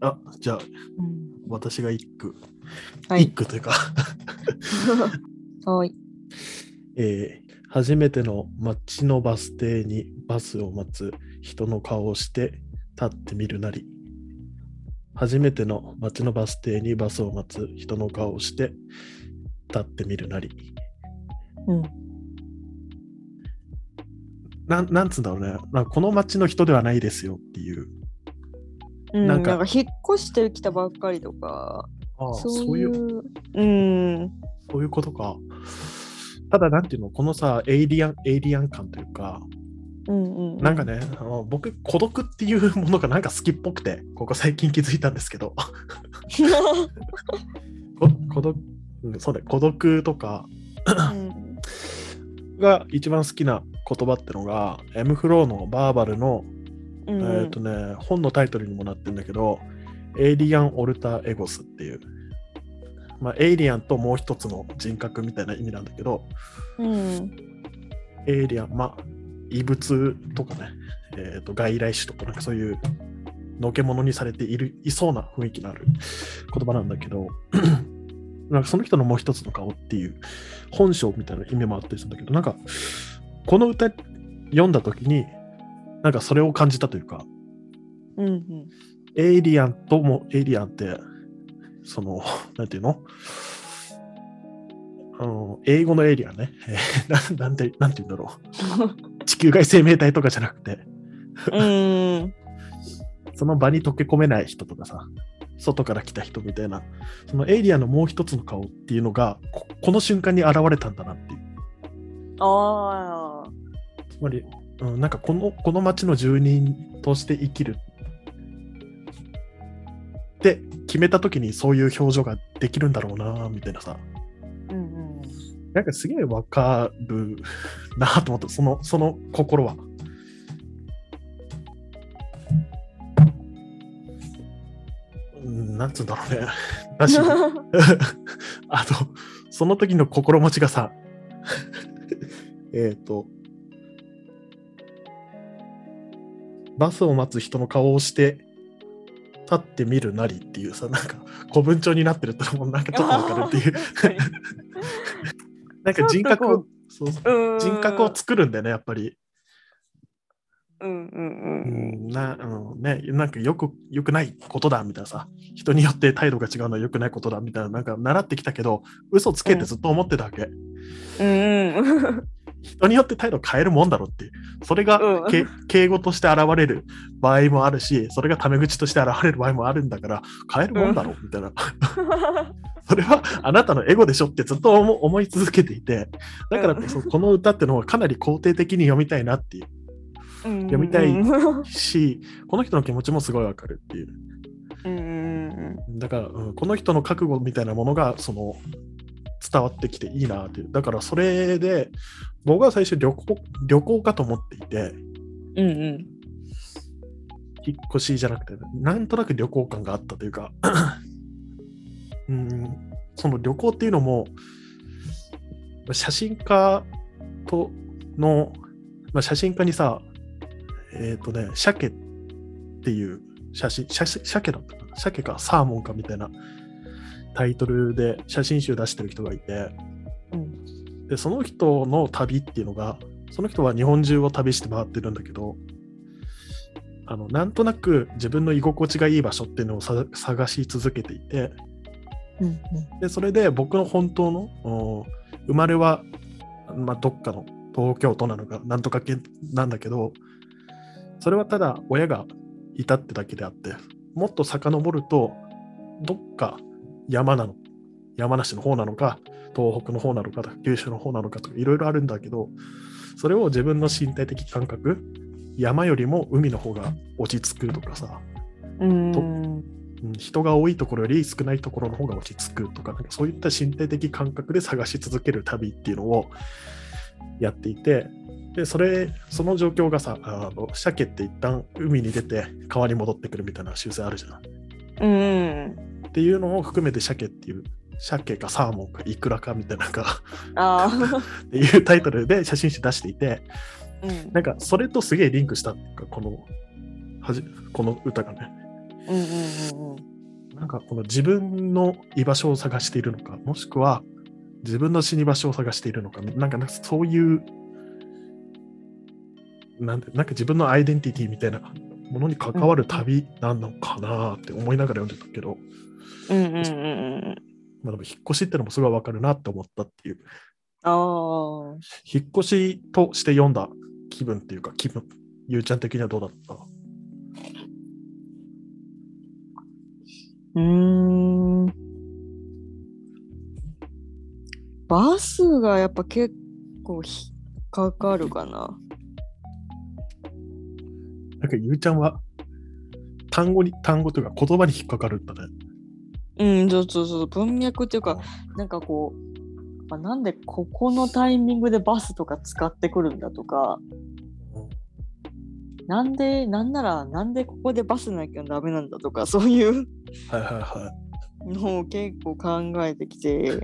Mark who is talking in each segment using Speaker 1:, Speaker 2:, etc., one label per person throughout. Speaker 1: あ、じゃあ、
Speaker 2: うん
Speaker 1: 私が一句。
Speaker 2: はい
Speaker 1: 一句というか、
Speaker 2: はい。
Speaker 1: えー初めての街のバス停にバスを待つ人の顔をして立ってみるなり。初めての街のバス停にバスを待つ人の顔をして立ってみるなり。
Speaker 2: うん。
Speaker 1: なんなんつうんだろうね。なんかこの街の人ではないですよっていう。
Speaker 2: うん、
Speaker 1: な
Speaker 2: なんん
Speaker 1: か
Speaker 2: か引っ越してきたばっかりとか、
Speaker 1: ああ
Speaker 2: そう
Speaker 1: い
Speaker 2: いうう。うん。
Speaker 1: そういうことか。ただ、なんていうの、このさ、エイリアン、エイリアン感というか、
Speaker 2: うんうん。
Speaker 1: なんかね、あの僕、孤独っていうものがなんか好きっぽくて、ここ最近気づいたんですけど、 こ孤独、うんそうね、孤独とか
Speaker 2: うん。
Speaker 1: が一番好きな言葉ってのが、M フローのバーバルの、
Speaker 2: う
Speaker 1: え
Speaker 2: ん
Speaker 1: っ、とね、本のタイトルにもなってるんだけど、エイリアン・オルタ・エゴスっていう、まあ、エイリアンともう一つの人格みたいな意味なんだけど、
Speaker 2: うん。
Speaker 1: エイリアン、まあ、異物とかね、えーと外来種とか、なんかそういう、のけ者にされているいそうな雰囲気のある言葉なんだけど、 なんかその人のもう一つの顔っていう本性みたいな意味もあったりするんだけど、なんか、この歌読んだ時に、なんかそれを感じたというか、
Speaker 2: うんうん。
Speaker 1: エイリアンとも、エイリアンって、その、 なんていうのあの英語のエイリアンね、 えーななんて、なんて言うんだろう。地球外生命体とかじゃなくて、
Speaker 2: うん。
Speaker 1: その場に溶け込めない人とかさ、外から来た人みたいな、そのエイリアンのもう一つの顔っていうのが、ここの瞬間に現れたんだなっていう。
Speaker 2: ああ。
Speaker 1: つまり、うん、なんかこの、この町の住人として生きるって決めた時にそういう表情ができるんだろうな、みたいなさ、
Speaker 2: うん
Speaker 1: なんかすげえわかるなと思った、その、その心は。うんなんつうんだろうね。だ し、あと、その時の心持ちがさ、えっと、バスを待つ人の顔をして、立ってみるなりっていうさ、なんか古文帳になってるってのもなんかちょっとわかるってい う、なんか人格
Speaker 2: ちょっと
Speaker 1: を、そうそう
Speaker 2: うん。
Speaker 1: 人格を作るんだよね、やっぱり。
Speaker 2: うんうん
Speaker 1: う
Speaker 2: う
Speaker 1: ん、
Speaker 2: ん。
Speaker 1: な、うん、ね、なんかよく、よくないことだ、みたいなさ。人によって態度が違うのはよくないことだ、みたいな、なんか習ってきたけど、嘘つけってずっと思ってたわけ。
Speaker 2: うんうん。
Speaker 1: 人によって態度変えるもんだろっていう。それが、
Speaker 2: うん
Speaker 1: け敬語として現れる場合もあるし、それがタメ口として現れる場合もあるんだから、変えるもんだろ、みたいな。それはあなたのエゴでしょってずっと思思い続けていて、だからこそ、この歌ってのはかなり肯定的に読みたいなっていう。
Speaker 2: 読
Speaker 1: 読みたい
Speaker 2: うん
Speaker 1: し、この人の気持ちもすごいわかるっていう。
Speaker 2: うん
Speaker 1: だから、うん、この人の覚悟みたいなものがその伝わってきていいなっていう。だからそれで僕は最初旅行旅行かと思っていて
Speaker 2: うんうん
Speaker 1: 引っ越しじゃなくてなんとなく旅行感があったというか うんその旅行っていうのも写真家との、まあ、写真家にさえっ、とね鮭っていう写真写真鮭だったかな鮭かサーモンかみたいなタイトルで写真集出してる人がいて
Speaker 2: うん
Speaker 1: でその人の旅っていうのがその人は日本中を旅して回ってるんだけどあのなんとなく自分の居心地がいい場所っていうのをさ探し続けていて
Speaker 2: うん
Speaker 1: でそれで僕の本当のお生まれは、まあ、どっかの東京都なのかなんとか県なんだけどそれはただ親がいたってだけであってもっと遡るとどっか山なの山梨の方なのか東北の方なのか九州の方なのかとかいろいろあるんだけどそれを自分の身体的感覚山よりも海の方が落ち着くとかさ、
Speaker 2: うん
Speaker 1: と
Speaker 2: うん
Speaker 1: うん人が多いところより少ないところの方が落ち着くとかなんかそういった身体的感覚で探し続ける旅っていうのをやっていてでそれその状況がさあの鮭って一旦海に出て川に戻ってくるみたいな習性あるじゃん。
Speaker 2: うん
Speaker 1: っていうのを含めて鮭っていう鮭かサーモンかイクラかみたいななん か
Speaker 2: ああ
Speaker 1: っていうタイトルで写真集出していて
Speaker 2: うん
Speaker 1: なんかそれとすげえリンクしたっていうかこのはじこの歌がね。
Speaker 2: うんうんうんうん
Speaker 1: なんかこの自分の居場所を探しているのか、もしくは自分の死に場所を探しているのか、なんかなんかそういう、なんてなんか自分のアイデンティティみたいなものに関わる旅なのかなって思いながら読んでたけど、
Speaker 2: うんうんうんうん
Speaker 1: まあ、でも引っ越しってのもすごいわかるなって思ったっていう、
Speaker 2: あー
Speaker 1: 引っ越しとして読んだ気分っていうか、気分、ゆうちゃん的にはどうだった
Speaker 2: うーんバスがやっぱ結構引っかかるかな
Speaker 1: なんかゆうちゃんは単語に、単語というか言葉に引っかかるんだね。
Speaker 2: うんそうそうそう文脈っていうかなんかこうあなんでここのタイミングでバスとか使ってくるんだとかなんでなんならなんでここでバスなきゃダメなんだとかそういう
Speaker 1: はいはいはい。
Speaker 2: のを結構考えてきて
Speaker 1: うん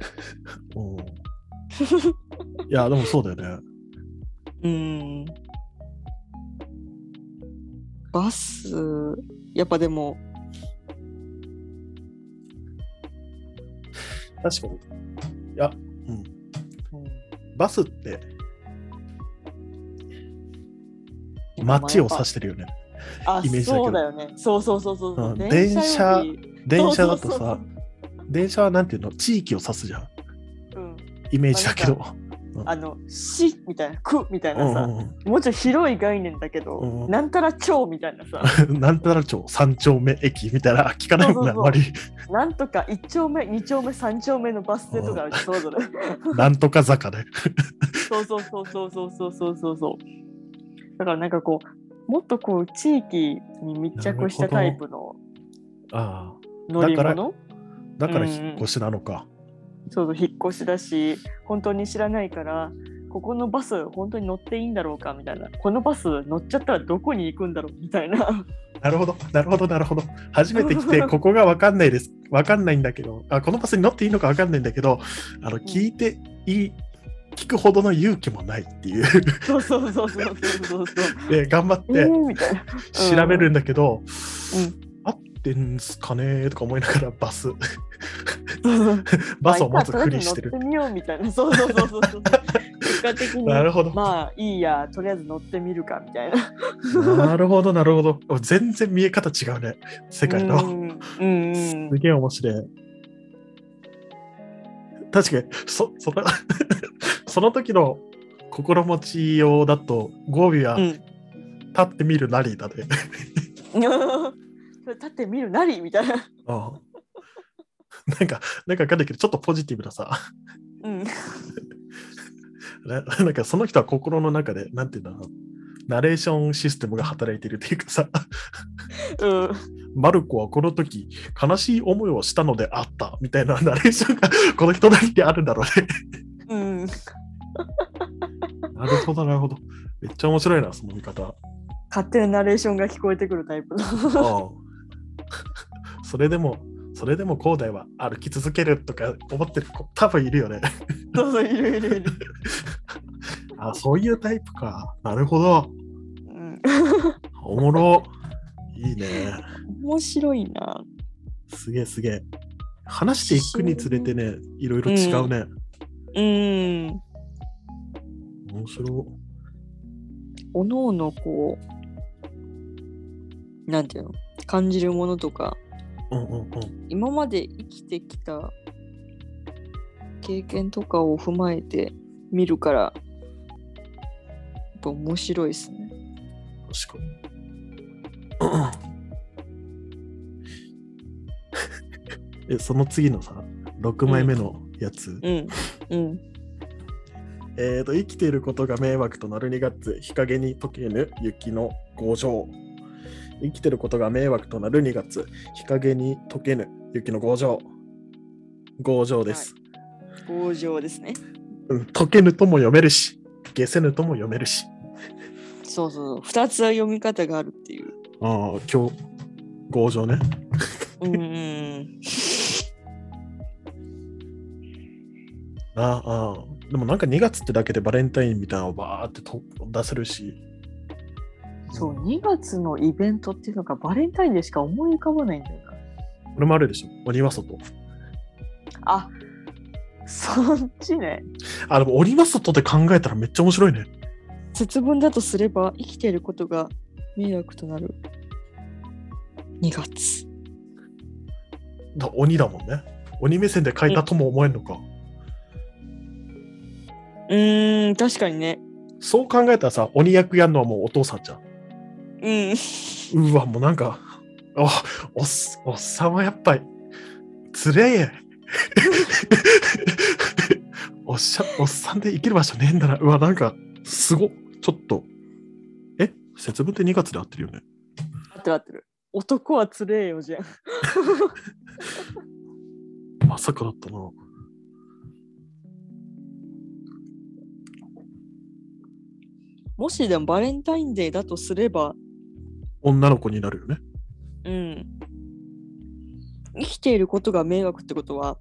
Speaker 1: いや、でもそうだよね。
Speaker 2: うんバスやっぱでも
Speaker 1: 確かに。いや、うん、
Speaker 2: うん
Speaker 1: バスって街を指してるよね。
Speaker 2: あ
Speaker 1: イメージだけど
Speaker 2: そうだよねそうそうそうそう、
Speaker 1: うん
Speaker 2: より
Speaker 1: 電車だと
Speaker 2: そうそうそう
Speaker 1: さ、電車はなんていうの地域を指すじゃん。
Speaker 2: うん
Speaker 1: イメージだけど。
Speaker 2: あの「市」みたいな「区」みたいうなんさ、
Speaker 1: うん
Speaker 2: もうちょい広い概念だけど、
Speaker 1: うん
Speaker 2: なんたら町みたい なさ
Speaker 1: うん、なんたら町三丁目駅みたいな聞かないもんね、あ
Speaker 2: そ
Speaker 1: ん
Speaker 2: うそうそ
Speaker 1: まり。
Speaker 2: うなんとか1丁目2丁目3丁目のバス停とかあるじゃんそれぞれ
Speaker 1: なんとか坂で。
Speaker 2: そうそうそうそうそうそうそうそうそうだからなんかこうもっとこう地域に密着したタイプの
Speaker 1: ああ。
Speaker 2: 乗り
Speaker 1: だから
Speaker 2: 物
Speaker 1: だから
Speaker 2: うんうん
Speaker 1: 引っ越しなのか。
Speaker 2: そうそう引っ越しだし本当に知らないからここのバス本当に乗っていいんだろうかみたいなこのバス乗っちゃったらどこに行くんだろうみたいな
Speaker 1: なるほど、なるほど、なるほど。初めて来 て、ここが分かんないです。分かんないんだけど、あこのバスに乗っていいのか分かんないんだけど、あの聞いていい、聞くほどの勇気もないっていう。
Speaker 2: そうそうそうそうそうそうそう
Speaker 1: で、頑張っ
Speaker 2: え
Speaker 1: て
Speaker 2: ー、みたいなうん
Speaker 1: 調べるんだけど、
Speaker 2: うん
Speaker 1: 合ってんすかねとか思いながらバス、
Speaker 2: そうそう
Speaker 1: バスを待つふりしてる
Speaker 2: まあ。いいかとりあえず乗ってみようみたいな。そうそうそうそうそう。結果的に。
Speaker 1: なるほど。
Speaker 2: まあいいや、とりあえず乗ってみるかみたいな。
Speaker 1: なるほど、なるほど。全然見え方違うね、世界の。
Speaker 2: うんうんうん
Speaker 1: す。げえ面白い。確かに、そ、その、 その時の心持ちようだと、語尾は
Speaker 2: う
Speaker 1: 立
Speaker 2: ん
Speaker 1: ってみるなりだね。
Speaker 2: それ立ってみるなりみたいな。
Speaker 1: うんなんか、なんかわかんないけど、ちょっとポジティブなさ、
Speaker 2: うん。
Speaker 1: な なんかその人は心の中で、なんていうんだろう。ナレーションシステムが働いてるっていうかさ、
Speaker 2: うん。
Speaker 1: マルコはこの時悲しい思いをしたのであったみたいな ナレーションがこの人なりにあるんだろうね。
Speaker 2: うん。
Speaker 1: なるほど、なるほど。めっちゃ面白いな、その見 方。
Speaker 2: 勝手なナレーションが聞こえてくるタイプの。
Speaker 1: うん それでも、それでも広大は歩き続けるとか思ってる子多分いるよね。
Speaker 2: そうそう、いるいるいる。
Speaker 1: あ、そういうタイプか。なるほど。
Speaker 2: うん。
Speaker 1: おもろ。いいね。
Speaker 2: 面白いな。
Speaker 1: すげえすげえ。話していくにつれてね、いろいろ違うね。
Speaker 2: うん。
Speaker 1: 面白
Speaker 2: おのおのこう、なんていうの感じるものとか、
Speaker 1: うんうんうん。
Speaker 2: 今まで生きてきた経験とかを踏まえて見るからやっぱ面白いですね。
Speaker 1: 確かに。 え、その次のさ、6枚目のやつ。
Speaker 2: うんうん
Speaker 1: えー、と生きていることが迷惑となる2月日陰に溶けぬ雪の五条生きていることが迷惑となる2月日陰に溶けぬ雪の五条五条です、
Speaker 2: 強情ですね。
Speaker 1: うん、溶けぬとも読めるし消せぬとも読めるし
Speaker 2: そうそうそう二つは読み方があるって いう。
Speaker 1: ああ今日五条ね
Speaker 2: うんうん
Speaker 1: ああああでもなんか2月ってだけでバレンタインみたいなのをバーってと出せるし
Speaker 2: そう、2月のイベントっていうのがバレンタインでしか思い浮かばないんだよな。
Speaker 1: これもあるでしょ。鬼は外。
Speaker 2: あそっちね。
Speaker 1: あ、でも鬼は外って考えたらめっちゃ面白いね。
Speaker 2: 節分だとすれば生きていることが迷惑となる。2月。
Speaker 1: だ鬼だもんね。鬼目線で書いたとも思えんのか。
Speaker 2: うーん、確かにね。
Speaker 1: そう考えたらさ、鬼役やるのはもうお父さんじゃん。
Speaker 2: うん。
Speaker 1: うわ、もうなんか、あおっすおっさんはやっぱり、つれ え。おっしゃ、おっさんで生きる場所ねえんだな。うわ、なんか、すごっ。ちょっと。え節分って2月で合ってるよね。
Speaker 2: 合ってる合ってる。男はつれえよじゃん。
Speaker 1: まさかだったな。
Speaker 2: もしでもバレンタインデーだとすれば、
Speaker 1: 女の子になるよね。
Speaker 2: うん。生きていることが迷惑ってことは、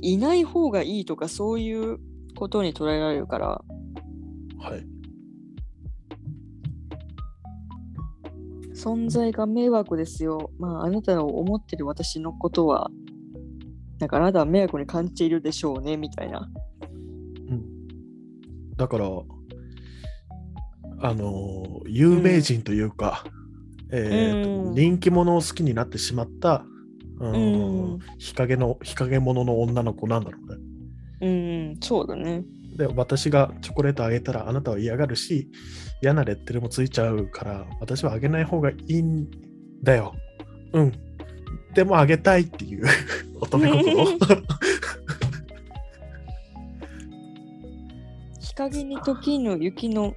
Speaker 2: いない方がいいとかそういうことに捉えられるから、
Speaker 1: はい。
Speaker 2: 存在が迷惑ですよ。まあ、あなたの思ってる私のことは、なんかあなたは迷惑に感じているでしょうね、みたいな。
Speaker 1: だから、あのー、有名人というか、えーと
Speaker 2: うん
Speaker 1: 人気者を好きになってしまった、う
Speaker 2: うん
Speaker 1: ん、日陰の、日陰者の女の子なんだろうね。
Speaker 2: うん、そうだね。
Speaker 1: で私がチョコレートあげたらあなたは嫌がるし嫌なレッテルもついちゃうから私はあげない方がいいんだよ。うん。でもあげたいっていう 乙女 心。
Speaker 2: 日陰に時の雪の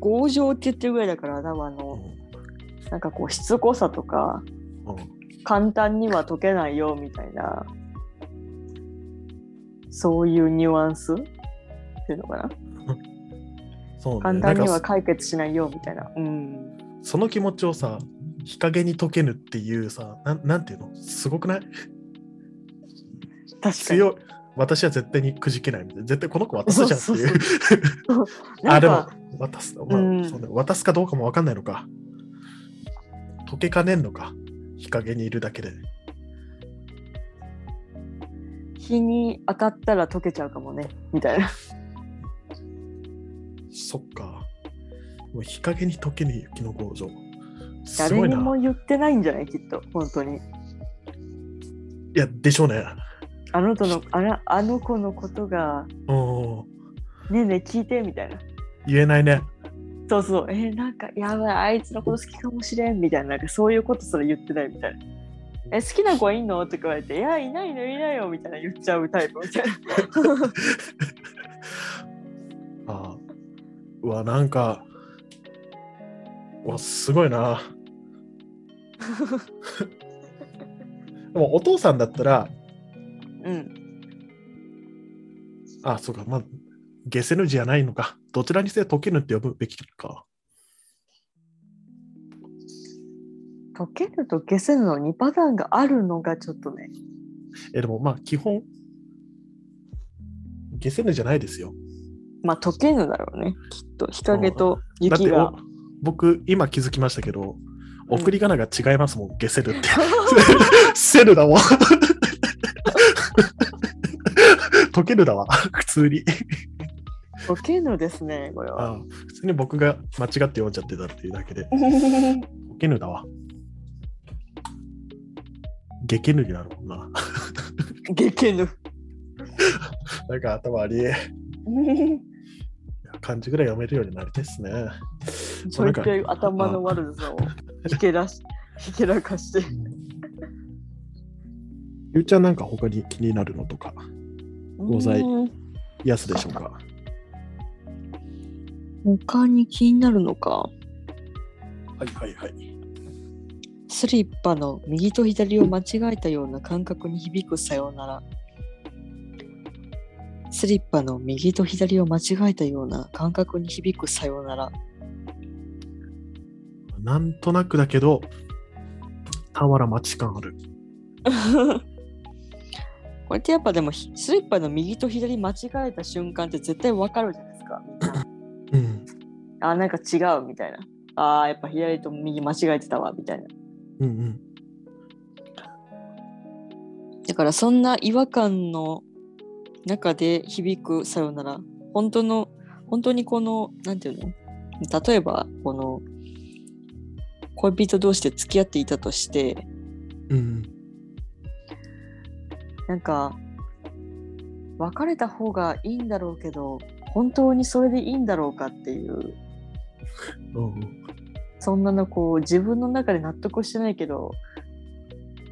Speaker 2: 強情って言ってるぐらいだから、多分あの、なんかこう、しつこさとか、
Speaker 1: うん
Speaker 2: 簡単には解けないよ、みたいな、そういうニュアンスっていうのかな。
Speaker 1: そうね
Speaker 2: 簡単に
Speaker 1: な
Speaker 2: は
Speaker 1: んか
Speaker 2: 解決しないよ、みたいな。うん。
Speaker 1: その気持ちをさ日陰に溶けぬっていうさなんなんていうのすごくない
Speaker 2: 確かに。
Speaker 1: 強い私は絶対にくじけないみたいな絶対この子渡すじゃんっていう。
Speaker 2: なんか
Speaker 1: あでも渡す、まあ
Speaker 2: うん
Speaker 1: そうね、渡すかどうかも分かんないのか。溶けかねんのか。日陰にいるだけで。
Speaker 2: 日に当たったら溶けちゃうかもねみたいな
Speaker 1: そっか。もう日陰に溶けに雪の工場。 すご
Speaker 2: 誰
Speaker 1: い
Speaker 2: に
Speaker 1: な
Speaker 2: も。言ってないんじゃないきっと本当に
Speaker 1: いや、でしょうね。
Speaker 2: あの子のあらあの子のことが
Speaker 1: うん。
Speaker 2: ねえねえ聞いてみたいな
Speaker 1: 言えないね。
Speaker 2: そうそうえーなんかやばいあいつのこと好きかもしれんみたいななんかそういうことすら言ってないみたいなえ好きな子はいんのって言われていやいないのいないよみたいな言っちゃうタイプみたい な
Speaker 1: ああうわ、なんか。うわ、すごいな。でもお父さんだったら、
Speaker 2: うん
Speaker 1: あ、そうか、まあ、ゲセヌじゃないのか。どちらにせよ溶けぬって呼ぶべきか。
Speaker 2: 溶けると消せるの2パターンがあるのがちょっとね
Speaker 1: え、でもまあ、基本、ゲセヌじゃないですよ。
Speaker 2: まあ溶けぬだろうねきっと日陰と雪
Speaker 1: だっ
Speaker 2: が
Speaker 1: てお僕、今気づきましたけど、送り仮名が違いますもん、ゲセルって。セルだわ。溶けるだわ、普通に。
Speaker 2: 溶けぬですねこれは
Speaker 1: ああ普通に僕が間違って読んじゃってたっていうだけで、溶けぬだわ。ゲケヌになるもんな。
Speaker 2: 激ぬ。
Speaker 1: なんか頭ありえ。漢字ぐらい読めるようになりたいですね。
Speaker 2: ちょいちょい頭の悪さをひけらし、 ひけらかして。
Speaker 1: ゆうちゃんなんか他に気になるのとか、ござい
Speaker 2: うん
Speaker 1: やすでしょうか。
Speaker 2: 他に気になるのか。
Speaker 1: はいはいはい。
Speaker 2: スリッパの右と左を間違えたような感覚に響くさようなら。スリッパの右と左を間違えたような感覚に響くさようなら。
Speaker 1: なんとなくだけど、俵町感ある。
Speaker 2: これってやっぱでもひスリッパの右と左間違えた瞬間って絶対わかるじゃないですか。みんな
Speaker 1: うん。
Speaker 2: あなんか違うみたいなあーやっぱ左と右間違えてたわみたいな
Speaker 1: うんうん。
Speaker 2: だからそんな違和感の中で響くさよなら本当の本当にこのなんていうの例えばこの恋人同士で付き合っていたとして
Speaker 1: うん
Speaker 2: なんか別れた方がいいんだろうけど本当にそれでいいんだろうかっていう
Speaker 1: うん。うんうん
Speaker 2: そんなのこう自分の中で納得してないけど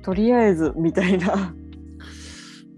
Speaker 2: とりあえずみたいな